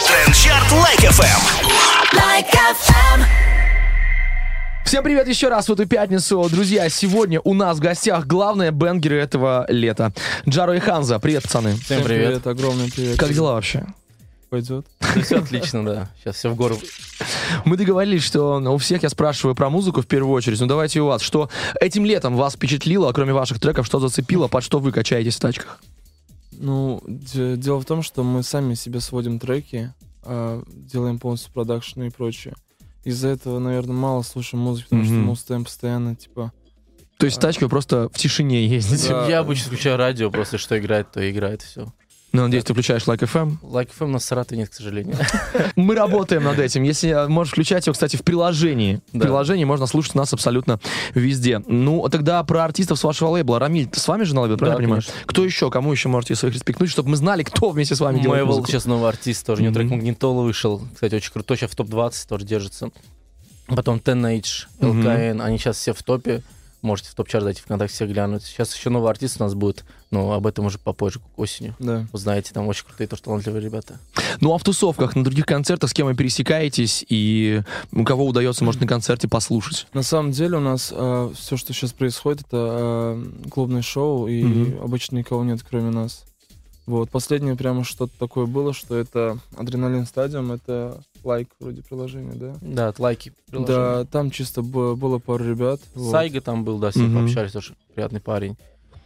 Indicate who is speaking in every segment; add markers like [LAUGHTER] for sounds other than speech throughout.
Speaker 1: от Like FM.
Speaker 2: Like FM.
Speaker 3: Всем привет еще раз в эту пятницу. Друзья, сегодня у нас в гостях главные бенгеры этого лета. Джаро и Ханза. Привет, пацаны.
Speaker 4: Всем привет.
Speaker 5: огромный привет.
Speaker 3: Как дела вообще?
Speaker 5: Пойдет.
Speaker 4: Все отлично, да. Сейчас все в гору.
Speaker 3: Мы договорились, что ну, у всех я спрашиваю про музыку в первую очередь. Ну давайте и у вас. Что этим летом вас впечатлило, кроме ваших треков, что зацепило, под что вы качаетесь в тачках?
Speaker 5: Ну, де- дело в том, что мы сами себе сводим треки, а, делаем полностью продакшн и прочее. Из-за этого, наверное, мало слушаем музыки, потому что
Speaker 3: Мгм.
Speaker 5: мы устаем постоянно, типа...
Speaker 3: То есть в тачке вы просто в тишине ездите.
Speaker 5: Да.
Speaker 4: Я обычно включаю радио, просто что играет, то и играет все.
Speaker 3: Ну, надеюсь, ты включаешь Like FM.
Speaker 4: Лайк ФМ на Саратове нет, к сожалению.
Speaker 3: Мы работаем над этим. Если э, можешь включать его, кстати, в приложении. В
Speaker 4: Да.
Speaker 3: приложении можно слушать нас абсолютно везде. Ну, тогда про артистов с вашего лейбла. Рамиль, ты с вами же на лейбле, правильно
Speaker 4: Да,
Speaker 3: я понимаю?
Speaker 4: конечно.
Speaker 3: Кто еще? Кому еще можете своих респектнуть, чтобы мы знали, кто вместе с вами делает
Speaker 4: Мэйвел
Speaker 3: музыку?
Speaker 4: сейчас новый артист тоже. У него трек
Speaker 3: Мгм.
Speaker 4: Магнитола вышел. Кстати, очень крутой. Сейчас в топ-20 тоже держится. Потом H,
Speaker 3: Мгм.
Speaker 4: LKN. Они сейчас все в топе. Можете в топ-чарт зайти ВКонтакте все глянуть. Сейчас еще новый артист у нас будет. Но об этом уже попозже, к- осенью.
Speaker 5: Да.
Speaker 4: Узнаете, там очень крутые, тоже талантливые ребята.
Speaker 3: Ну, а в тусовках, на других концертах, с кем вы пересекаетесь и ну, кого удается, может, на концерте послушать?
Speaker 5: На самом деле у нас все, что сейчас происходит, это а, клубное шоу, и
Speaker 3: Мгм.
Speaker 5: обычно никого нет, кроме нас. Вот, последнее прямо что-то такое было, что это Адреналин Стадиум, это лайк вроде приложения, да?
Speaker 4: Да, от лайки.
Speaker 5: Да, там чисто б- было пару ребят. вот.
Speaker 4: Сайга там был, да, с ним
Speaker 3: Мгм.
Speaker 4: пообщались, тоже приятный парень.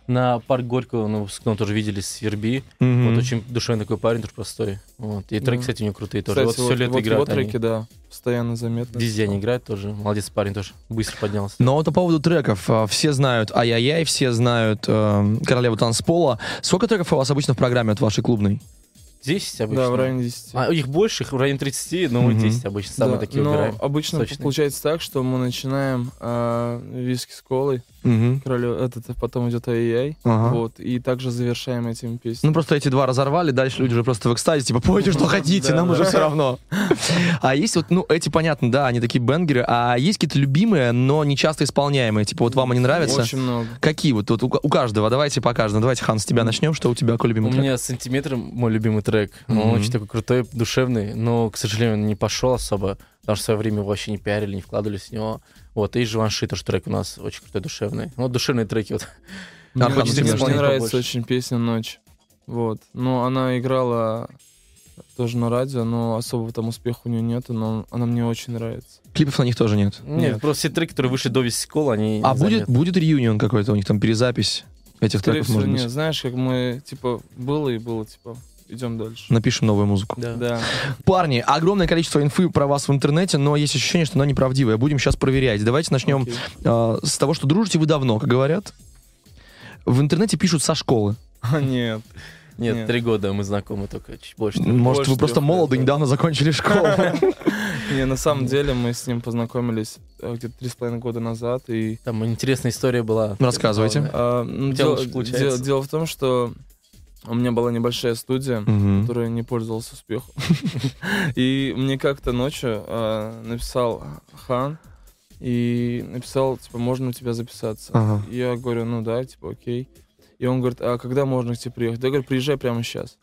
Speaker 4: На парк Горького на выпускном тоже виделись с Верби.
Speaker 3: Мгм.
Speaker 4: Вот очень душевный такой парень, тоже простой. Вот. И треки,
Speaker 5: Да.
Speaker 4: кстати, у него крутые тоже.
Speaker 5: Кстати,
Speaker 4: вот, все лето
Speaker 5: вот
Speaker 4: играют
Speaker 5: его
Speaker 4: они.
Speaker 5: треки, да, постоянно заметны.
Speaker 4: Везде они играют тоже. Молодец, парень тоже быстро поднялся.
Speaker 3: Но Ну, а вот по поводу треков. э, Все знают «Ай-яй-яй», все знают э, «Королеву танцпола». Сколько треков у вас обычно в программе от вашей клубной?
Speaker 4: 10 обычно.
Speaker 5: Да, в районе 10.
Speaker 4: А, их больше, их в районе 30, но мы
Speaker 3: Мгм.
Speaker 4: 10 обычно самые
Speaker 5: Да,
Speaker 4: такие
Speaker 5: но
Speaker 4: выбираем.
Speaker 5: обычно
Speaker 4: сочные.
Speaker 5: получается так, что мы начинаем а, виски с колой,
Speaker 3: Мгм.
Speaker 5: королю, этот, а потом идет ай-яй,
Speaker 3: Ага.
Speaker 5: вот, и также завершаем этими песнями.
Speaker 3: Ну, просто эти два разорвали, дальше люди уже просто в экстазе, типа, пойте, что хотите,
Speaker 5: [LAUGHS] Да,
Speaker 3: нам
Speaker 5: да.
Speaker 3: уже все равно. А есть вот, ну, эти, понятно, да, они такие бенгеры, а есть какие-то любимые, но не часто исполняемые, типа, вот вам они нравятся?
Speaker 5: Очень много.
Speaker 3: Какие вот, вот у, у каждого, а давайте по каждому, давайте, Хан, с тебя начнем, что у тебя, какой
Speaker 4: У
Speaker 3: любимый трек?
Speaker 4: меня сантиметр мой любимый трек.
Speaker 3: Мгм.
Speaker 4: Он очень такой крутой, душевный, но, к сожалению, он не пошел особо, потому что в свое время его вообще не пиарили, не вкладывались в него. Вот, и Живанши тоже трек у нас очень крутой, душевный. Ну, Вот душевные треки. Вот. [LAUGHS]
Speaker 3: Мне
Speaker 5: Мне,
Speaker 3: хочется
Speaker 5: мне
Speaker 3: исполнить
Speaker 5: нравится
Speaker 4: побольше.
Speaker 5: очень песня «Ночь». Вот. Но она играла тоже на радио, но особого там успеха у нее нету, но она мне очень нравится.
Speaker 3: Клипов на них тоже нет.
Speaker 4: Нет,
Speaker 5: Нет.
Speaker 4: просто все треки, которые вышли до Висикола, они...
Speaker 3: А
Speaker 4: не
Speaker 3: будет,
Speaker 4: заметны.
Speaker 3: будет реюнион какой-то у них, там перезапись этих
Speaker 5: Скорее
Speaker 3: треков,
Speaker 5: всего,
Speaker 3: может
Speaker 5: нет.
Speaker 3: быть?
Speaker 5: Знаешь, как мы, типа, было и было, типа, идем дальше.
Speaker 3: Напишем новую музыку.
Speaker 4: Да.
Speaker 5: Да. [LAUGHS]
Speaker 3: Парни, огромное количество инфы про вас в интернете, но есть ощущение, что она неправдивая. Будем сейчас проверять. Давайте начнем
Speaker 5: Окей.
Speaker 3: э, с того, что дружите вы давно, как говорят. В интернете пишут со школы.
Speaker 5: А, Нет.
Speaker 4: Нет,
Speaker 5: Нет.
Speaker 4: три года мы знакомы только, чуть больше.
Speaker 3: Может,
Speaker 5: больше
Speaker 3: вы просто
Speaker 5: трех
Speaker 3: молоды,
Speaker 5: лет, да.
Speaker 3: недавно закончили школу.
Speaker 5: Не, на самом деле мы с ним познакомились э, где-то три с половиной года назад, и
Speaker 4: Там интересная история была.
Speaker 3: Рассказывайте.
Speaker 5: а, ну,
Speaker 4: Хотя
Speaker 5: дело,
Speaker 4: лучше получается.
Speaker 5: дело- дело в том, что у меня была небольшая студия,
Speaker 3: Мгм.
Speaker 5: которая не пользовалась успехом. [LAUGHS] И мне как-то ночью а, написал Хан и написал, типа, можно у тебя записаться?
Speaker 3: Ага.
Speaker 5: Я говорю, ну да, типа, окей. И он говорит, а когда можно к тебе приехать? Я говорю, приезжай прямо сейчас.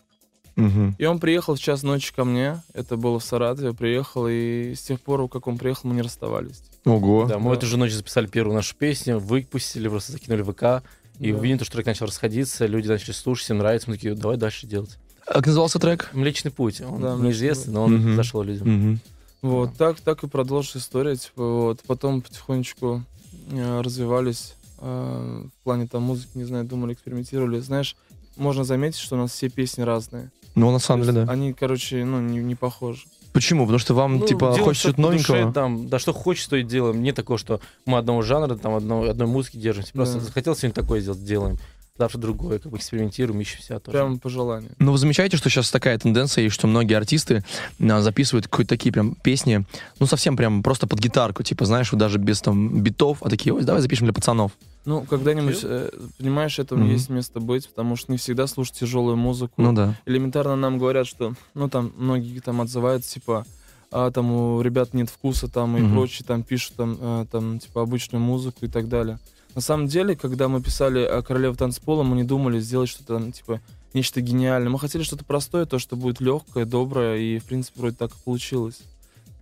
Speaker 3: Мгм.
Speaker 5: И он приехал в час ночи ко мне, это было в Саратове, приехал, и с тех пор, как он приехал, мы не расставались.
Speaker 3: Ого.
Speaker 4: Да, мы
Speaker 5: Да.
Speaker 4: эту же ночь записали первую нашу песню, выпустили, просто закинули в ВК. И
Speaker 5: Да.
Speaker 4: увидели, то, что трек начал расходиться, люди начали слушать, им нравится, мы такие, давай дальше делать.
Speaker 3: А Как назывался трек?
Speaker 4: Млечный путь, он
Speaker 5: Да,
Speaker 4: неизвестный, но он
Speaker 3: Мгм.
Speaker 4: зашел людям.
Speaker 3: Мгм.
Speaker 5: Вот, так, так и продолжилась история, типа, вот. Потом потихонечку э, развивались э, в плане там музыки, не знаю, думали, экспериментировали. Знаешь, можно заметить, что у нас все песни разные.
Speaker 3: Ну, на самом
Speaker 5: То
Speaker 3: деле,
Speaker 5: есть
Speaker 3: да.
Speaker 5: Они, короче, ну, не, не похожи.
Speaker 3: Почему? Потому что вам,
Speaker 4: Ну,
Speaker 3: типа,
Speaker 4: делаем
Speaker 3: хочется
Speaker 4: всё
Speaker 3: чего-то
Speaker 4: по душе,
Speaker 3: новенького?
Speaker 4: там, да что хочется, то и делаем. Не такого, что мы одного жанра, там, одно- одной музыки держимся. Просто
Speaker 5: Да.
Speaker 4: захотел сегодня такое сделать, делаем. Завтра другое, как бы экспериментируем, ищем себя тоже.
Speaker 5: Прямо по желанию.
Speaker 3: Ну, вы замечаете, что сейчас такая тенденция, и что многие артисты а, записывают какие-то такие прям песни, ну, совсем прям просто под гитарку, типа, знаешь, вот даже без там битов, а такие, ой, давай запишем для пацанов.
Speaker 5: Ну, когда-нибудь, э, понимаешь, этому
Speaker 3: Мгм.
Speaker 5: есть место быть, потому что не всегда слушать тяжелую музыку.
Speaker 3: Ну да.
Speaker 5: элементарно нам говорят, что, ну, там, многие там отзываются, типа, а, там, у ребят нет вкуса, там, и
Speaker 3: Мгм.
Speaker 5: прочее, там, пишут, там, э, там, типа, обычную музыку и так далее. На самом деле, когда мы писали э, «Королеву танцпола», мы не думали сделать что-то, там, типа, нечто гениальное. Мы хотели что-то простое, то, что будет легкое, доброе, и, в принципе, вроде так и получилось.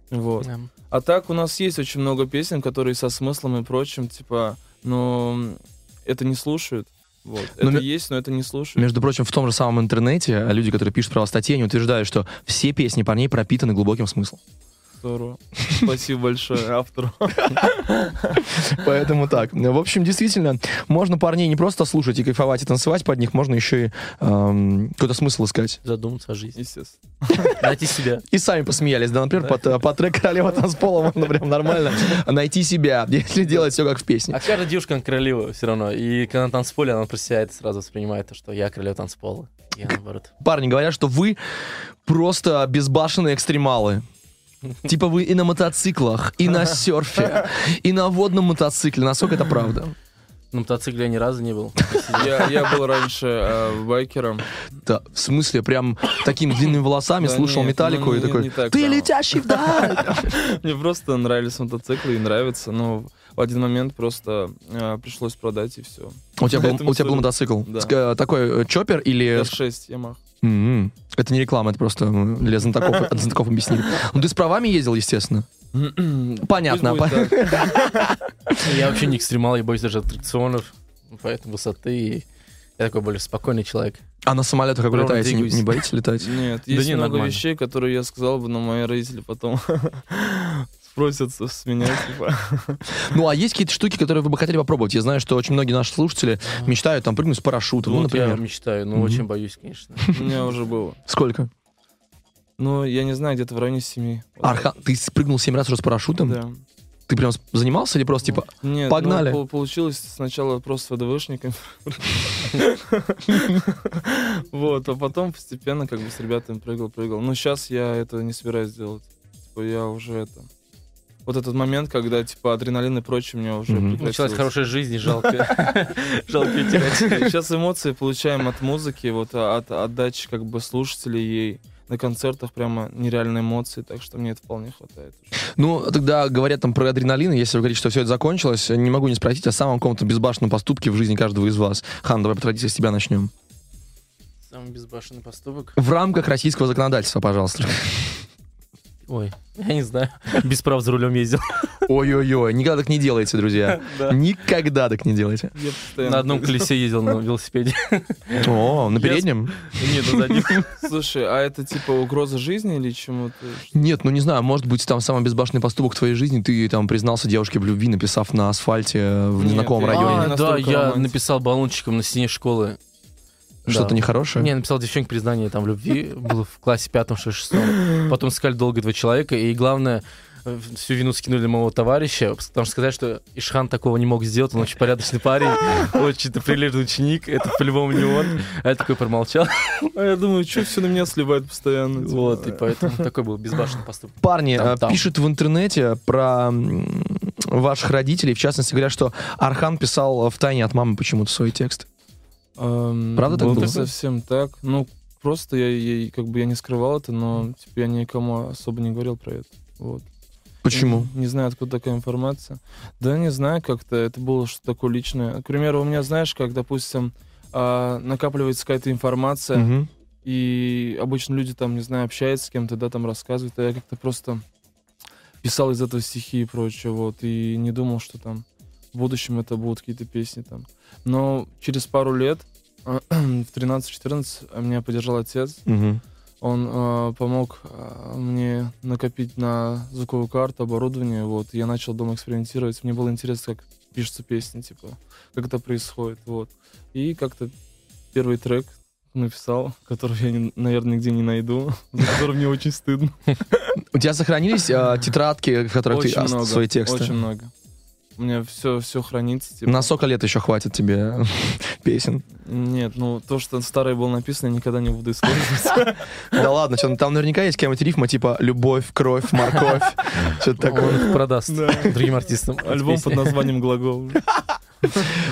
Speaker 5: Вот.
Speaker 4: Да.
Speaker 5: А так у нас есть очень много песен, которые со смыслом и прочим, типа, но это не слушают. Вот.
Speaker 3: Но
Speaker 5: это
Speaker 3: ме-
Speaker 5: есть, но это не слушают.
Speaker 3: Между прочим, в том же самом интернете а, люди, которые пишут про вас статьи, они утверждают, что все песни парней пропитаны глубоким смыслом.
Speaker 5: [LAUGHS] Здорово. Спасибо большое автору.
Speaker 3: Поэтому так. В общем, действительно, можно парней не просто слушать и кайфовать и танцевать под них, можно еще и эм, какой-то смысл искать.
Speaker 4: Задуматься о жизни. [LAUGHS]
Speaker 5: [LAUGHS] Естественно.
Speaker 4: Найти себя.
Speaker 3: И сами посмеялись, да, например, под, э, под трек «Королева танцпола» можно прям нормально найти себя, если делать все как в песне.
Speaker 4: А каждая девушка, она королева все равно. И когда она танцполе, она про себя это сразу воспринимает, то, что я королева танцпола. Я наоборот.
Speaker 3: Парни говорят, что вы просто безбашенные экстремалы. Типа вы и на мотоциклах, и на серфе, и на водном мотоцикле. Насколько это правда?
Speaker 4: На мотоцикле я ни разу не был.
Speaker 5: Я, я был раньше э, байкером.
Speaker 3: Да, в смысле, прям такими длинными волосами
Speaker 5: Да
Speaker 3: слушал
Speaker 5: нет,
Speaker 3: металлику
Speaker 5: ну,
Speaker 3: и
Speaker 5: не-
Speaker 3: такой,
Speaker 5: не так
Speaker 3: ты
Speaker 5: там».
Speaker 3: летящий
Speaker 5: [LAUGHS]
Speaker 3: вдаль!
Speaker 5: Мне просто нравились мотоциклы и нравится, но в один момент просто э, пришлось продать и все.
Speaker 3: У тебя, был,
Speaker 5: Поэтому
Speaker 3: у тебя был
Speaker 5: сорок.
Speaker 3: мотоцикл?
Speaker 5: Да.
Speaker 3: Ск- э, Такой э, чоппер или...
Speaker 5: S6 Yamaha.
Speaker 3: М-м. Это не реклама, это просто м, для
Speaker 5: [LAUGHS]
Speaker 3: знатоков, от знатоков объяснили. Ну, ты с правами ездил, естественно.
Speaker 5: [CLEARS THROAT]
Speaker 3: Понятно.
Speaker 5: Пусть будет так.
Speaker 4: Я вообще не экстремал, я боюсь даже аттракционов, поэтому высоты. и Я такой более спокойный человек.
Speaker 3: А на самолетах как вы
Speaker 4: Ровно
Speaker 3: летаете? Не,
Speaker 4: двигаюсь.
Speaker 3: не боитесь летать?
Speaker 5: Нет,
Speaker 4: Да
Speaker 5: есть
Speaker 4: не,
Speaker 5: много
Speaker 4: нормально.
Speaker 5: вещей, которые я сказал бы, но мои родители потом [LAUGHS] спросятся с меня, типа. [LAUGHS]
Speaker 3: Ну, а есть какие-то штуки, которые вы бы хотели попробовать? Я знаю, что очень многие наши слушатели мечтают там прыгнуть с парашютом, ну,
Speaker 4: Вот я
Speaker 3: например.
Speaker 4: мечтаю, но
Speaker 3: Мгм.
Speaker 4: очень боюсь, конечно.
Speaker 5: У меня уже было.
Speaker 3: Сколько?
Speaker 5: Ну, я не знаю, где-то в районе семи.
Speaker 3: Арха... Ты спрыгнул семь раз уже с парашютом?
Speaker 5: Да.
Speaker 3: Ты прям с- занимался или просто типа...
Speaker 5: Нет,
Speaker 3: Погнали.
Speaker 5: ну, пол- получилось сначала просто с ВДВшниками. Вот, а потом постепенно как бы с ребятами прыгал-прыгал. Но сейчас я это не собираюсь делать. Типа я уже это... Вот этот момент, когда типа адреналин и прочее мне уже
Speaker 3: Мгм.
Speaker 4: [LAUGHS] Началась
Speaker 5: прекратилось.
Speaker 4: хорошая жизнь, и жалко. [LAUGHS] Жалко терять.
Speaker 5: Сейчас эмоции получаем от музыки, вот а- от отдачи как бы слушателей ей. На концертах прямо нереальные эмоции, так что мне это вполне хватает.
Speaker 3: Ну, тогда говорят там про адреналин, и если вы говорите, что все это закончилось, не могу не спросить о самом каком-то безбашенном поступке в жизни каждого из вас. Хан, давай по традиции с тебя начнем.
Speaker 4: Самый безбашенный поступок.
Speaker 3: В рамках российского законодательства, пожалуйста.
Speaker 4: [LAUGHS] Ой, я не знаю. [LAUGHS] Без прав за рулем ездил.
Speaker 3: Ой-ой-ой, никогда так не делайте, друзья.
Speaker 4: [LAUGHS] Да.
Speaker 3: Никогда так не делайте.
Speaker 5: Я постоянно...
Speaker 4: На одном колесе ездил на велосипеде.
Speaker 3: О, на
Speaker 4: Я
Speaker 3: переднем?
Speaker 4: [LAUGHS] Нет, на заднем.
Speaker 5: Слушай, а это типа угроза жизни или чему-то?
Speaker 3: Нет, ну не знаю, может быть, там самый безбашенный поступок в твоей жизни, ты там признался девушке в любви, написав на асфальте э, в
Speaker 5: Нет,
Speaker 3: незнакомом
Speaker 5: я-
Speaker 3: районе.
Speaker 5: не
Speaker 4: А, да,
Speaker 5: настолько
Speaker 4: я
Speaker 5: романтик.
Speaker 4: написал баллончиком на стене школы.
Speaker 3: Что-то
Speaker 4: Да.
Speaker 3: нехорошее?
Speaker 4: Не, я написал девчонке признание там любви, было в классе пятом, шесть, шестом. Потом искали долго два человека, и главное, э, всю вину скинули на моего товарища, потому что сказать, что Ишхан такого не мог сделать, он очень порядочный парень, [LAUGHS] очень прилежный ученик, это по-любому не он. А я такой промолчал,
Speaker 5: А я думаю, что все на меня сливает постоянно. типа.
Speaker 4: вот, и поэтому такой был безбашенный поступок.
Speaker 3: Парни
Speaker 4: Там,
Speaker 3: э,
Speaker 4: там.
Speaker 3: пишут в интернете про м, ваших родителей, в частности, говорят, что Архан писал э, в тайне от мамы почему-то свой текст.
Speaker 5: Эм,
Speaker 3: Правда так
Speaker 5: было
Speaker 3: было?
Speaker 5: не совсем так. Ну, просто я ей, как бы я не скрывал это, но типа я никому особо не говорил про это. Вот.
Speaker 3: Почему?
Speaker 5: Не, не знаю, откуда такая информация. Да не знаю, как-то это было что-то такое личное. К примеру, у меня, знаешь, как, допустим, а, накапливается какая-то информация,
Speaker 3: Мгм.
Speaker 5: и обычно люди там, не знаю, общаются с кем-то, да, там рассказывают, а я как-то просто писал из этого стихи и прочее, вот, и не думал, что там в будущем это будут какие-то песни там. Но через пару лет, [CLEARS THROAT] в 13-14, меня поддержал отец,
Speaker 3: Мгм.
Speaker 5: он э, помог э, мне накопить на звуковую карту, оборудование, вот. Я начал дома экспериментировать. Мне было интересно, как пишутся песни, типа, как это происходит, вот. И как-то первый трек написал, [LAUGHS] который я, наверное, нигде не найду, [LAUGHS] за который мне очень стыдно.
Speaker 3: У тебя сохранились э, тетрадки, в которых ты
Speaker 5: Очень
Speaker 3: ост-
Speaker 5: много,
Speaker 3: свои тексты?
Speaker 5: Очень много. У меня все, все хранится, типа.
Speaker 3: На сколько лет еще хватит тебе э, [LAUGHS] песен?
Speaker 5: Нет, ну, то, что старое было написано, я никогда не буду использовать.
Speaker 3: Да ладно, чё, ну там наверняка есть какая-нибудь рифма типа «любовь», «кровь», «морковь», [LAUGHS] что-то
Speaker 4: Он
Speaker 3: такое.
Speaker 4: их продаст
Speaker 5: Да.
Speaker 4: другим артистам.
Speaker 5: [LAUGHS] Альбом под названием «Глагол».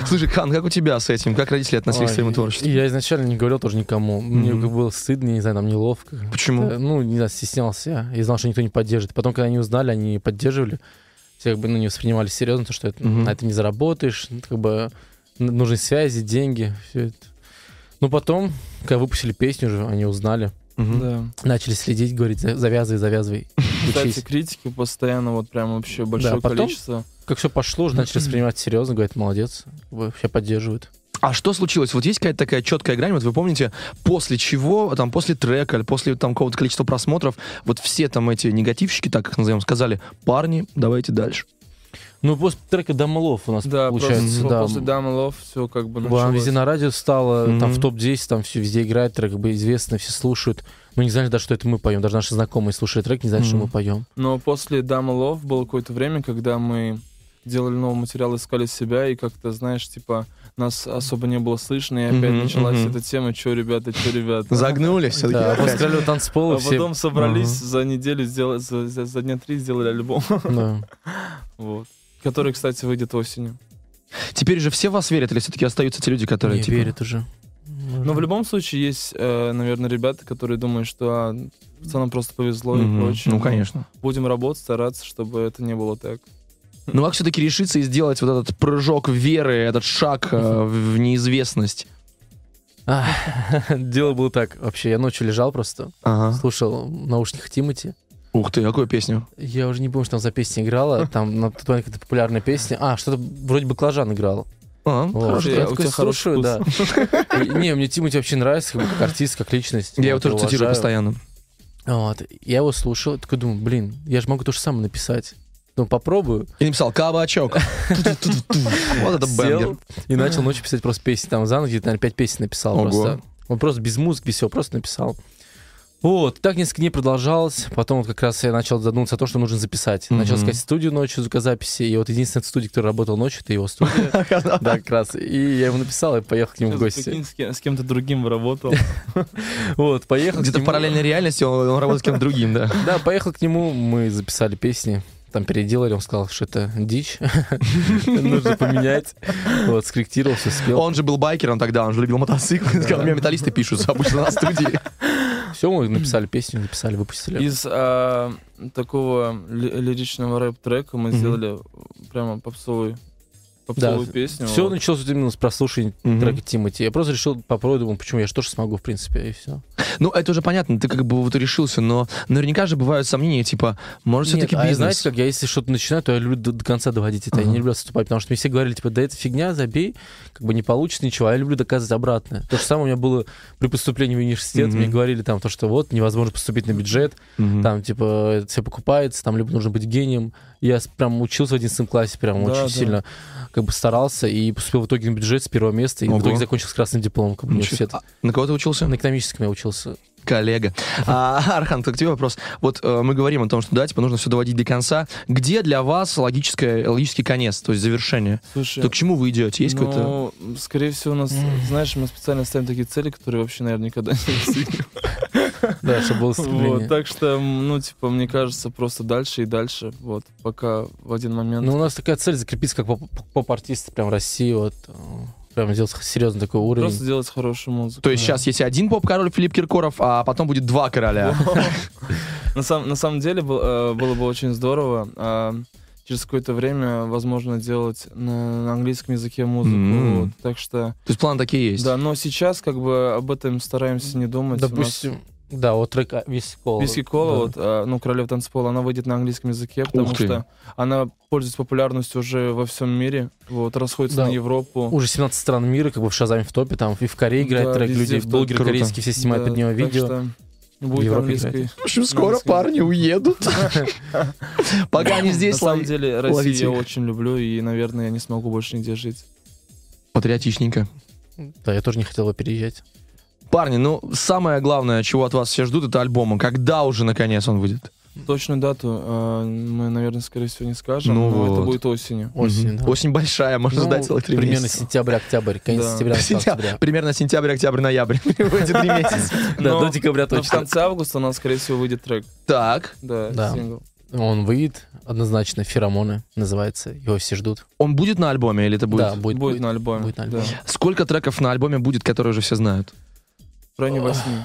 Speaker 3: Слушай, Хан, как у тебя с этим? Как родители относились к
Speaker 4: Ой,
Speaker 3: твоему творчеству?
Speaker 4: Я изначально не говорил тоже никому. Мне
Speaker 3: Мгм.
Speaker 4: как было стыдно, я не знаю, там неловко.
Speaker 3: Почему?
Speaker 4: Э, Ну, не знаю, стеснялся я. Я знал, что никто не поддержит. Потом, когда они узнали, они поддерживали. Все как бы ну, не воспринимали серьезно, то, что это,
Speaker 3: Мгм.
Speaker 4: на это не заработаешь. ну, Как бы н- нужны связи, деньги, все это. Но потом, когда выпустили песню уже, они узнали,
Speaker 3: Мгм.
Speaker 5: Да.
Speaker 4: начали следить, говорить, «За- завязывай, завязывай,
Speaker 5: Кстати,
Speaker 4: учись.
Speaker 5: критики постоянно вот прям вообще большое
Speaker 4: потом-
Speaker 5: количество.
Speaker 4: Как все пошло, уже начали воспринимать серьезно, говорят, молодец, вообще поддерживают.
Speaker 3: А что случилось? Вот есть какая-то такая четкая грань, вот вы помните, после чего, там, после трека, или после там какого-то количества просмотров, вот все там эти негативщики, так их назовем, сказали, парни, давайте дальше.
Speaker 4: Ну, после трека Дамолов у нас
Speaker 5: Да,
Speaker 4: получается,
Speaker 5: просто
Speaker 4: да.
Speaker 5: после Дамы Лов все как бы
Speaker 4: Была
Speaker 5: началось.
Speaker 4: везде на радио стало, там
Speaker 3: Мгм.
Speaker 4: в топ-10, там все везде играет, трек как бы известно, все слушают. Ну, не знали, даже, что это мы поем. Даже наши знакомые слушают трек, не знают, что
Speaker 3: Мгм.
Speaker 4: мы поем.
Speaker 5: Но после Дамы Лов было какое-то время, когда мы делали новый материал, искали себя, и как-то, знаешь, типа, нас особо не было слышно, и опять
Speaker 3: Мгм,
Speaker 5: началась
Speaker 3: мгм.
Speaker 5: эта тема, чё, ребята,
Speaker 3: [LAUGHS]
Speaker 5: чё, ребята.
Speaker 3: Загнулись все-таки.
Speaker 4: Да, после королева танцпола
Speaker 5: А
Speaker 4: все...
Speaker 5: потом собрались за неделю, сделали, за, за- за дня три сделали альбом.
Speaker 4: [LAUGHS]
Speaker 5: [LAUGHS]
Speaker 4: да.
Speaker 5: Вот. Который, кстати, выйдет осенью.
Speaker 3: Теперь же все в вас верят, или все-таки остаются те люди, которые
Speaker 4: Не
Speaker 3: типа,
Speaker 4: верят уже.
Speaker 5: Но Ну, в любом случае есть, э, наверное, ребята, которые думают, что а, пацанам просто повезло
Speaker 3: мгм,
Speaker 5: и прочее.
Speaker 3: Ну,
Speaker 5: Но
Speaker 3: конечно.
Speaker 5: Будем работать, стараться, чтобы это не было так.
Speaker 3: Ну, как все-таки решиться и сделать вот этот прыжок веры, этот шаг э, в неизвестность?
Speaker 4: А, [LAUGHS] Дело было так. Вообще, я ночью лежал просто, слушал в наушниках Тимати.
Speaker 3: Ух ты, какую песню?
Speaker 4: Я уже не помню, что там за песня играла. Там на тот момент какая-то популярная песня. А, что-то вроде баклажан играл.
Speaker 3: А,
Speaker 4: Вот.
Speaker 3: хорошо.
Speaker 5: Слушай,
Speaker 4: Я
Speaker 5: а у
Speaker 4: такой
Speaker 5: тебя хороший
Speaker 4: слушаю, да. И- Не, мне Тимати вообще нравится, как, бы, как артист, как личность.
Speaker 3: Я его тоже
Speaker 4: уважаю.
Speaker 3: цитирую постоянно.
Speaker 4: Вот. Я его слушал, такой думаю, блин, я же могу то же самое написать. Ну, попробую.
Speaker 3: И написал
Speaker 4: [LAUGHS]
Speaker 3: «Кабачок». Вот это бэнгер.
Speaker 4: Сел и начал ночью писать просто песни. Там за ночь где-то, наверное, пять песен написал
Speaker 3: Ого.
Speaker 4: просто. Он просто без музыки, без всего, просто написал. Вот, так несколько дней продолжалось. Потом вот как раз я начал задуматься о том, что нужно записать. Начал
Speaker 3: Мгм.
Speaker 4: искать студию ночью звукозаписи. И вот единственная студия, которая работала ночью, это его
Speaker 3: [LAUGHS]
Speaker 4: студия. Да, как раз. И я ему написал и поехал к нему в
Speaker 5: Сейчас
Speaker 4: гости.
Speaker 5: прикинь, с кем- с кем-то другим
Speaker 4: [LAUGHS]
Speaker 5: работал.
Speaker 4: Вот, поехал. к
Speaker 3: Где-то в
Speaker 4: нему.
Speaker 3: параллельной реальности он, он работает с кем-то другим, да.
Speaker 4: Да, поехал к нему, мы записали песни, там переделали, он сказал, что это дичь, [LAUGHS] нужно поменять. Вот, скорректировал, все спел.
Speaker 3: Он же был байкером тогда, он же любил мотоциклы. Сказал, у меня металлисты пишут обычно на студии.
Speaker 4: Все, мы написали песню, написали, выпустили.
Speaker 5: Из а, такого ли- лиричного рэп-трека мы
Speaker 3: Мгм.
Speaker 5: сделали прямо попсовую, попсовую
Speaker 4: Да,
Speaker 5: песню.
Speaker 4: Все
Speaker 5: Вот.
Speaker 4: началось вот именно с прослушивания
Speaker 3: Мгм.
Speaker 4: трека Тимати. Я просто решил попробовать, думал, почему я же тоже смогу, в принципе, и все.
Speaker 3: Ну, это уже понятно, ты как бы вот решился, но наверняка же бывают сомнения, типа, может, все-таки
Speaker 4: а я,
Speaker 3: бизнес?
Speaker 4: знаете, как я если что-то начинаю, то я люблю до, до конца доводить это. Я
Speaker 3: Ага.
Speaker 4: не люблю отступать, потому что мне все говорили, типа, да это фигня, забей, как бы не получится ничего, а я люблю доказывать обратное. То же самое у меня было при поступлении в университет,
Speaker 3: Мгм.
Speaker 4: мне говорили там то, что вот невозможно поступить на бюджет,
Speaker 3: Мгм.
Speaker 4: Там, типа, это все покупается, там, либо нужно быть гением. Я с- прям учился в 11 классе, прям
Speaker 5: Да,
Speaker 4: очень
Speaker 5: да.
Speaker 4: сильно как бы старался и поступил в итоге на бюджет с первого места, и
Speaker 3: Ого.
Speaker 4: в итоге закончил с красным дипломом как бы,
Speaker 3: Ничего себе.
Speaker 4: университета.
Speaker 3: А На кого ты учился?
Speaker 4: На экономическом я учился.
Speaker 3: коллега. А, Архан, так к тебе вопрос. Вот э, мы говорим о том, что да, типа нужно все доводить до конца. Где для вас логическое, логический конец, то есть завершение?
Speaker 5: Слушай,
Speaker 3: То к чему вы идете? Есть какой-то...
Speaker 5: ну, скорее всего, у нас, знаешь, мы специально ставим такие цели, которые вообще, наверное, никогда не
Speaker 4: [LAUGHS]
Speaker 5: достигнем.
Speaker 4: Да, чтобы
Speaker 5: [LAUGHS]
Speaker 4: было
Speaker 5: Вот,
Speaker 4: стремление.
Speaker 5: так что, м, ну, типа, мне кажется, просто дальше и дальше, вот, пока в один момент...
Speaker 4: Ну, у нас такая цель закрепиться как поп- поп-артисты прям в России, вот. э, Прям сделать серьезный такой уровень.
Speaker 5: Просто делать хорошую музыку.
Speaker 3: То есть
Speaker 4: да.
Speaker 3: сейчас есть один поп-король Филипп Киркоров, а потом будет два короля.
Speaker 5: На сам- на самом деле был- э, было бы очень здорово а, через какое-то время, возможно, делать на на английском языке
Speaker 3: Мгм.
Speaker 5: музыку. вот. Так что
Speaker 3: То есть планы такие есть.
Speaker 5: Да, но сейчас как бы об этом стараемся не думать. У нас
Speaker 4: Допустим, да, вот трек а, Виски Кола.
Speaker 5: Виски Кола,
Speaker 4: Да.
Speaker 5: вот, а, ну, Королев танцпола, она выйдет на английском языке, потому
Speaker 3: Ух ты.
Speaker 5: что она пользуется популярностью уже во всем мире, вот, расходится
Speaker 4: Да.
Speaker 5: на Европу.
Speaker 4: Уже 17 стран мира, как бы в Шазаме в топе, там и в Корее играет
Speaker 5: Да,
Speaker 4: трек,
Speaker 5: везде
Speaker 4: люди,
Speaker 5: в топе.
Speaker 4: блогеры
Speaker 3: Круто.
Speaker 4: корейские все снимают
Speaker 5: Да,
Speaker 4: под него
Speaker 5: так
Speaker 4: видео.
Speaker 5: что
Speaker 4: В
Speaker 5: Будет
Speaker 4: Европе
Speaker 5: английский.
Speaker 3: В общем,
Speaker 5: скоро парни
Speaker 3: уедут. [LAUGHS] Пока они
Speaker 5: На
Speaker 3: здесь,
Speaker 5: самом
Speaker 3: лови-
Speaker 5: деле, Россию
Speaker 3: ловите
Speaker 5: я
Speaker 3: их.
Speaker 5: очень люблю, и, наверное, я не смогу больше нигде жить.
Speaker 3: Патриотичненько.
Speaker 4: Да, я тоже не хотел его переезжать.
Speaker 3: Парни, ну, самое главное, чего от вас все ждут, это альбома. Когда уже, наконец, он выйдет?
Speaker 5: Точную дату э, мы, наверное, скорее всего, не скажем,
Speaker 3: Ну
Speaker 5: но это
Speaker 3: вот.
Speaker 5: будет осенью.
Speaker 4: Осень, да.
Speaker 3: Осень большая, можно
Speaker 4: Ну,
Speaker 3: ждать целых три
Speaker 4: примерно
Speaker 3: месяца.
Speaker 4: сентябрь-октябрь, конец
Speaker 5: Да.
Speaker 4: сентября, начало
Speaker 3: Сентя-
Speaker 4: октября.
Speaker 3: Примерно сентябрь, октябрь, ноябрь. В эти три месяца.
Speaker 4: Да,
Speaker 5: Но-
Speaker 4: до декабря
Speaker 5: Но в
Speaker 4: точно.
Speaker 5: конце августа у нас, скорее всего, выйдет трек.
Speaker 3: [LAUGHS] Так,
Speaker 5: Да,
Speaker 4: Да.
Speaker 5: сингл.
Speaker 4: Он выйдет, однозначно, «Феромоны» называется, его все ждут.
Speaker 3: он будет на альбоме или это будет?
Speaker 4: Да, будет.
Speaker 5: Будет на альбоме.
Speaker 4: будет на
Speaker 5: да.
Speaker 4: альбоме.
Speaker 3: Сколько треков на альбоме будет, которые уже все знают?
Speaker 5: В районе
Speaker 4: Ох.
Speaker 5: восьми.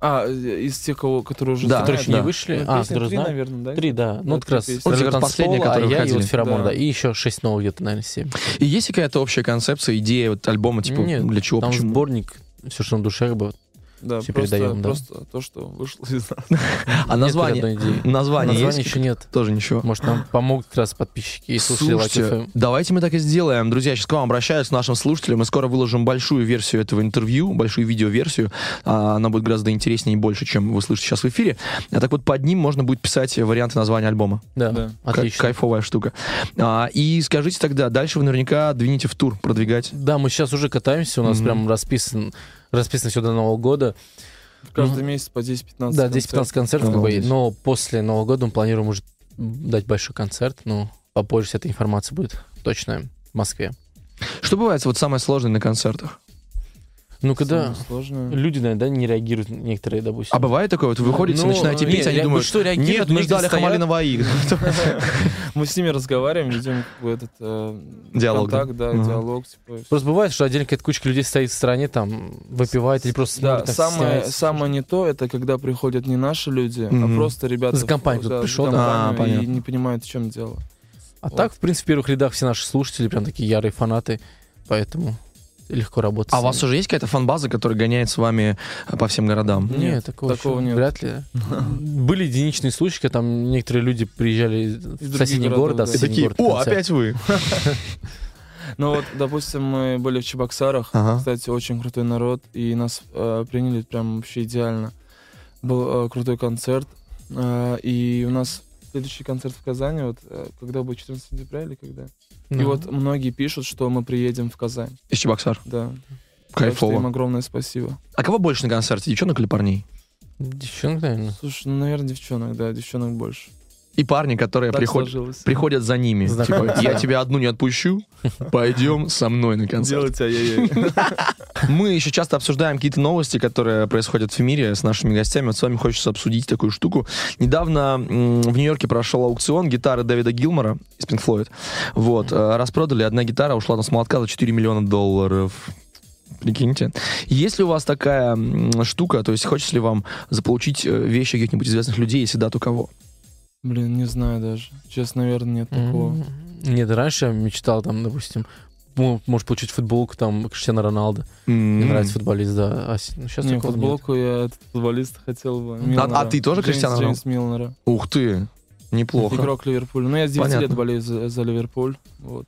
Speaker 5: А, э, из тех, кого, которые уже
Speaker 3: Да,
Speaker 4: Которые
Speaker 5: знают,
Speaker 4: еще
Speaker 3: да.
Speaker 4: не вышли.
Speaker 5: Ну,
Speaker 4: А,
Speaker 5: песни
Speaker 4: которые
Speaker 5: три,
Speaker 4: знают.
Speaker 5: наверное, да?
Speaker 4: Три, да. Ну, вот как раз
Speaker 5: три песни.
Speaker 3: Вот как
Speaker 4: Наверное,
Speaker 3: раз последние,
Speaker 4: Танцпола,
Speaker 3: которые
Speaker 4: а я и вот
Speaker 3: выходили.
Speaker 4: Феромон,
Speaker 5: Да.
Speaker 4: да. И еще шесть новых где-то, наверное, семь.
Speaker 3: И есть ли какая-то общая концепция, идея вот альбома, типа,
Speaker 4: Нет,
Speaker 3: для чего,
Speaker 4: Там
Speaker 3: почему?
Speaker 4: сборник, все, что на душе, как бы.
Speaker 5: Да,
Speaker 4: Все
Speaker 5: просто,
Speaker 4: передаем, да.
Speaker 5: просто то, что вышло из нас.
Speaker 3: А
Speaker 4: Нет
Speaker 3: название?
Speaker 4: ни одной идеи.
Speaker 3: [CLEARS THROAT] Название
Speaker 4: Названия
Speaker 3: есть?
Speaker 4: еще нет.
Speaker 3: Тоже ничего.
Speaker 4: Может, нам помогут как раз подписчики и слушатели Эм. Лайк
Speaker 3: Слушайте,
Speaker 4: FM.
Speaker 3: давайте мы так и сделаем. Друзья, сейчас к вам обращаюсь, к нашим слушателям. Мы скоро выложим большую версию этого интервью, большую видеоверсию. А, Она будет гораздо интереснее и больше, чем вы слышите сейчас в эфире. А так вот под ним можно будет писать варианты названия альбома.
Speaker 4: Да,
Speaker 5: Да.
Speaker 3: Кай-
Speaker 4: отлично.
Speaker 3: Кайфовая штука. А, И скажите тогда, дальше вы наверняка двините в тур продвигать.
Speaker 4: Да, мы сейчас уже катаемся, у нас
Speaker 3: Мгм.
Speaker 4: прям расписан расписано все до Нового года.
Speaker 5: Каждый месяц по 10-15
Speaker 4: Да, 10-15 концертов, как бы,
Speaker 3: Обалдеть.
Speaker 4: но после Нового года мы планируем уже дать большой концерт, но попозже вся эта информация будет точная в Москве.
Speaker 3: Что бывает вот самое сложное на концертах?
Speaker 4: Ну,
Speaker 5: Самое
Speaker 4: когда [LAUGHS]
Speaker 5: сложное.
Speaker 4: люди, наверное, да, не реагируют некоторые, допустим.
Speaker 3: А бывает такое, вот вы выходите,
Speaker 4: Ну,
Speaker 3: начинаете
Speaker 4: не,
Speaker 3: петь, они
Speaker 4: ре-
Speaker 3: думают,
Speaker 4: что,
Speaker 3: нет,
Speaker 4: реагируют,
Speaker 3: мы
Speaker 4: некоторые
Speaker 3: ждали
Speaker 4: стоят».
Speaker 3: Хамалинова
Speaker 4: [LAUGHS]
Speaker 3: и
Speaker 5: Мы с ними разговариваем, ведем как бы этот э,
Speaker 3: Диалог, да?
Speaker 5: контакт, да,
Speaker 3: Мгм.
Speaker 5: диалог, типа,
Speaker 4: Просто бывает, что отдельно какая-то кучка людей стоит в стороне, там, выпивает или просто
Speaker 5: Да,
Speaker 4: смотрит, там,
Speaker 5: самое,
Speaker 4: стесняется.
Speaker 5: самое не то, это когда приходят не наши люди,
Speaker 3: Мгм.
Speaker 5: а просто ребята...
Speaker 4: За компанию
Speaker 5: в-
Speaker 4: кто-то
Speaker 5: да, за
Speaker 4: пришел, да?
Speaker 5: компанию
Speaker 3: А, понятно.
Speaker 5: и не понимают, в чем дело.
Speaker 4: А так, в принципе, в первых рядах все наши слушатели прям такие ярые фанаты, поэтому легко
Speaker 3: [LAUGHS]
Speaker 4: работать.
Speaker 3: А
Speaker 4: с
Speaker 3: у вас
Speaker 4: ними.
Speaker 3: уже есть какая-то фан-база, которая гоняет с вами э, по всем городам?
Speaker 4: Нет,
Speaker 5: Нет,
Speaker 4: такого,
Speaker 5: такого
Speaker 4: ещё
Speaker 5: нет.
Speaker 4: Вряд ли. [LAUGHS] Были единичные случаи, когда там некоторые люди приезжали в
Speaker 5: других
Speaker 4: соседний
Speaker 5: городов,
Speaker 4: город, а
Speaker 5: да.
Speaker 4: соседний город концерт».
Speaker 3: вы.
Speaker 5: Ну вот, допустим, мы были в Чебоксарах,
Speaker 3: Ага.
Speaker 5: кстати, очень крутой народ, и нас э, приняли прям вообще идеально. Был э, крутой концерт, э, и у нас следующий концерт в Казани, вот, э, когда будет 14 сентября или когда? И
Speaker 4: Ну.
Speaker 5: вот многие пишут, что мы приедем в Казань,
Speaker 3: Из Чебоксар.
Speaker 5: да. Так что им
Speaker 3: Кайфово.
Speaker 5: огромное спасибо.
Speaker 3: А кого больше на концерте, девчонок или парней?
Speaker 4: Девчонок, наверное.
Speaker 5: Слушай, ну, наверное, девчонок, да, девчонок больше.
Speaker 3: И парни, которые
Speaker 5: Так
Speaker 3: приходят
Speaker 5: сложилось.
Speaker 3: приходят за ними.
Speaker 4: Знакомятся.
Speaker 3: Типа, я тебя одну не отпущу, пойдем со мной на [LAUGHS] концерт.
Speaker 5: Делайте ай-яй-яй.
Speaker 3: Мы еще часто обсуждаем какие-то новости, которые происходят в мире с нашими гостями. Вот с вами хочется обсудить такую штуку. Недавно м, в Нью-Йорке прошел аукцион гитары Дэвида Гилмора из Pink Floyd. Вот, э, распродали, одна гитара ушла на с молотка за 4 миллиона долларов. Прикиньте. Есть ли у вас такая м, штука, то есть хочется ли вам заполучить э, вещи каких-нибудь известных людей, если да, то кого?
Speaker 5: [LAUGHS] Блин, не знаю даже. Честно, наверное, нет такого.
Speaker 4: М, Нет, раньше я мечтал, там, допустим, м, может получить футболку, там, Криштиана Роналду. Мне нравится футболист, да. А с- ну, сейчас
Speaker 5: Не,
Speaker 4: такого нет.
Speaker 5: футболку я этот футболист хотел бы.
Speaker 3: а ты тоже Криштиану
Speaker 5: Криштиану? Джеймс Милнера.
Speaker 3: Ух ты, неплохо.
Speaker 5: Игрок Ливерпуля. Ну, я с 9
Speaker 3: Понятно.
Speaker 5: лет болею за, за Ливерпуль. Вот.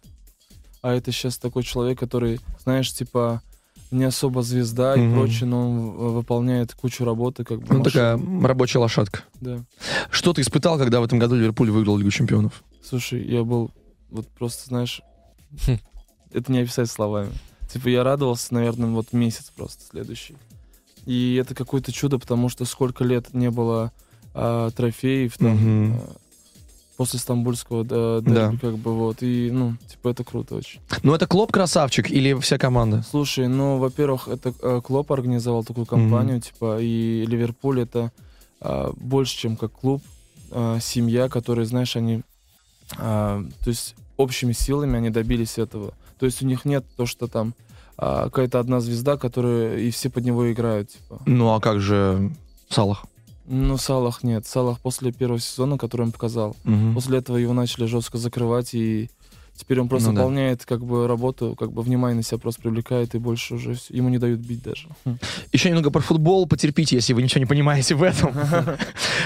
Speaker 5: А это сейчас такой человек, который, знаешь, типа не особо звезда и
Speaker 3: Мгм.
Speaker 5: прочее, но он в- выполняет кучу работы, как бы.
Speaker 3: Ну,
Speaker 5: машина.
Speaker 3: такая рабочая лошадка.
Speaker 5: Да.
Speaker 3: Что ты испытал, когда в этом году Ливерпуль выиграл Лигу Чемпионов?
Speaker 5: Слушай, я был вот просто, знаешь,
Speaker 4: Хм.
Speaker 5: это не описать словами. Типа я радовался, наверное, вот месяц просто следующий. И это какое-то чудо, потому что сколько лет не было а, трофеев там,
Speaker 3: Мгм.
Speaker 5: а, после стамбульского да,
Speaker 3: Да.
Speaker 5: дерби, как бы вот. И, ну, типа это круто очень.
Speaker 3: Ну, это Клоп красавчик или вся команда?
Speaker 5: Слушай, ну, во-первых, это э, Клоп организовал такую компанию, типа, и Ливерпуль это а, больше, чем как клуб, а, семья, которые, знаешь, они, а, то есть общими силами они добились этого. То есть у них нет то, что там а, какая-то одна звезда, которая и все под него играют, типа.
Speaker 3: Ну, а как же Салах?
Speaker 5: Ну, Салах нет. Салах после первого сезона, который он показал,
Speaker 3: Мгм.
Speaker 5: после этого его начали жестко закрывать и Теперь он просто
Speaker 3: Ну да.
Speaker 5: выполняет как бы работу, как бы внимание на себя просто привлекает и больше уже всё- ему не дают бить даже.
Speaker 3: Еще немного про футбол. Потерпите, если вы ничего не понимаете в [LAUGHS] этом.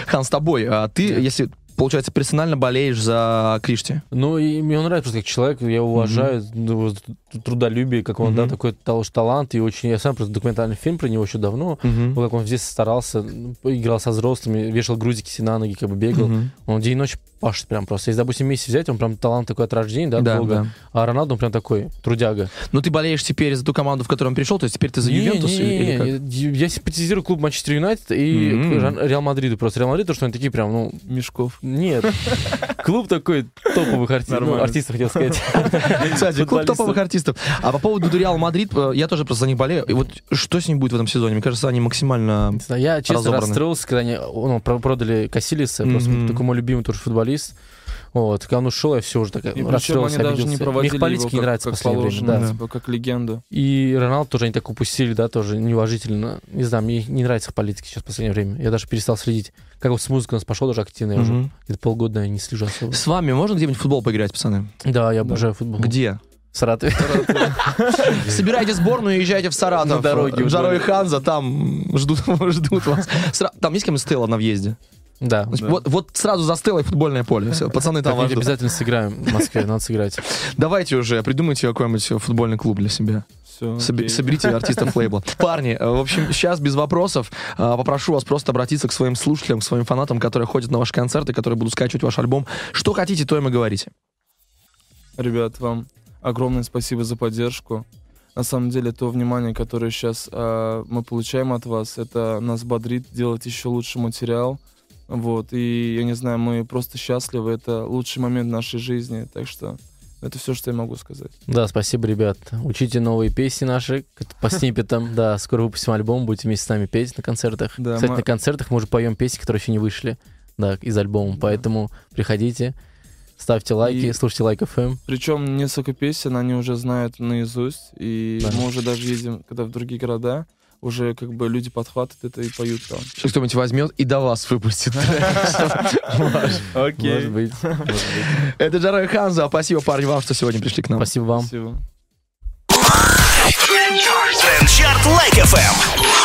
Speaker 3: Хан, с тобой. А ты,
Speaker 4: Да.
Speaker 3: если, получается, персонально болеешь за Кришти?
Speaker 4: Ну, и мне он нравится просто как человек, я его уважаю, ну, его т- трудолюбие, как он, да,
Speaker 3: Мгм.
Speaker 4: такой тал- талант, и очень, я сам просто документальный фильм про него еще давно,
Speaker 3: Мгм.
Speaker 4: вот как он в детстве старался, ну, играл со взрослыми, вешал грузики себе на ноги, как бы бегал,
Speaker 3: Мгм.
Speaker 4: он день и ночь пашет прям просто, если, допустим, Месси взять, он прям талант такой от рождения, да,
Speaker 3: Да,
Speaker 4: долго,
Speaker 3: да.
Speaker 4: а Роналду он прям такой, трудяга.
Speaker 3: Но ты болеешь теперь за ту команду, в которую он перешел, то есть теперь ты за
Speaker 4: Не,
Speaker 3: Ювентус
Speaker 4: не,
Speaker 3: или- или
Speaker 4: не,
Speaker 3: как?
Speaker 4: Я, я симпатизирую клуб Манчестер Юнайтед и
Speaker 3: Мгм.
Speaker 5: М-м.
Speaker 4: Ре- Реал Мадриду. Просто Реал Мадрид, потому что они такие прям, ну,
Speaker 5: Мешков. [LAUGHS]
Speaker 4: нет. Клуб такой топовых артистов. Ну,
Speaker 5: Нормально.
Speaker 4: артистов, хотел
Speaker 5: [LAUGHS]
Speaker 4: сказать.
Speaker 3: [LAUGHS] Кстати, клуб
Speaker 4: футболистов.
Speaker 3: топовых артистов. А по поводу Реал Мадрид, э, я тоже просто за них болею. И вот что с ним будет в этом сезоне? Мне кажется, они максимально...
Speaker 4: Не знаю, Я, честно,
Speaker 3: Разобраны.
Speaker 5: М-м.
Speaker 4: расстроился, когда они ну, про- продали Касилиса. Просто
Speaker 3: Мгм.
Speaker 4: такой мой любимый тоже футболист. Вот, когда он ушел, я все уже такая
Speaker 5: И
Speaker 4: ну,
Speaker 5: причем
Speaker 4: расстроилась,
Speaker 5: они даже не
Speaker 4: обиделся.
Speaker 5: проводили
Speaker 4: Мне их политики
Speaker 5: его
Speaker 4: не
Speaker 5: как-
Speaker 4: нравятся в
Speaker 5: как
Speaker 4: последнее время,
Speaker 5: положено,
Speaker 4: да.
Speaker 5: типа, как легенду.
Speaker 4: И Роналд тоже они так упустили, да, тоже неуважительно. Не знаю, мне не нравится их политики сейчас в последнее время. Я даже перестал следить. Как вот с музыкой у нас пошло даже активно, я уже
Speaker 3: Мгм.
Speaker 4: где-то полгода наверное, не слежу особо.
Speaker 3: С вами можно где-нибудь в футбол поиграть, пацаны?
Speaker 4: Да, я обожаю футбол.
Speaker 3: Где?
Speaker 4: В Саратове.
Speaker 3: Собирайте сборную и езжайте в Саратов.
Speaker 4: На дороге
Speaker 3: В
Speaker 4: уже.
Speaker 3: Жарове Ханза, там ждут, [LAUGHS] ждут вас. Сра- Там есть кем Стелла на въезде?
Speaker 4: Да.
Speaker 3: Ну, типа, Вот, вот сразу за Стеллой футбольное поле. Все, пацаны там вас
Speaker 4: Как-нибудь
Speaker 3: ждут.
Speaker 4: обязательно сыграем в Москве, надо сыграть.
Speaker 3: Давайте уже, придумайте какой-нибудь футбольный клуб для себя.
Speaker 5: Все.
Speaker 3: Соби- Соберите артистов лейбла. Парни, э, в общем, сейчас без вопросов. э, Попрошу вас просто обратиться к своим слушателям, к своим фанатам, которые ходят на ваши концерты, которые будут скачивать ваш альбом. Что хотите, то им и говорите.
Speaker 5: Ребят, вам огромное спасибо за поддержку. На самом деле, то внимание, которое сейчас мы получаем от вас, это нас бодрит делать еще лучше материал. Вот, и я не знаю, мы просто счастливы. Это лучший момент нашей жизни. Так что это все, что я могу сказать.
Speaker 4: Да, спасибо, ребят. Учите новые песни наши к- по сниппетам. Да, скоро выпустим альбом, будете вместе с нами петь на концертах.
Speaker 5: Да,
Speaker 4: Кстати,
Speaker 5: мы-
Speaker 4: на концертах мы уже поем песни, которые еще не вышли да, из альбома. Поэтому приходите, ставьте лайки,
Speaker 5: И-
Speaker 4: слушайте Лайк Эм. ФМ.
Speaker 5: Причем несколько песен они уже знают наизусть, и
Speaker 4: Да.
Speaker 5: мы уже даже ездим, когда в другие города, уже как бы люди подхватывают это и поют там.
Speaker 3: Сейчас кто-нибудь возьмет и до вас выпустит.
Speaker 4: Может быть. может быть.
Speaker 3: [LAUGHS] Это Джарой Ханза. Спасибо, парни, вам, что сегодня пришли к нам.
Speaker 4: Спасибо вам.
Speaker 5: Спасибо.
Speaker 1: Трендчарт Лайк ФМ.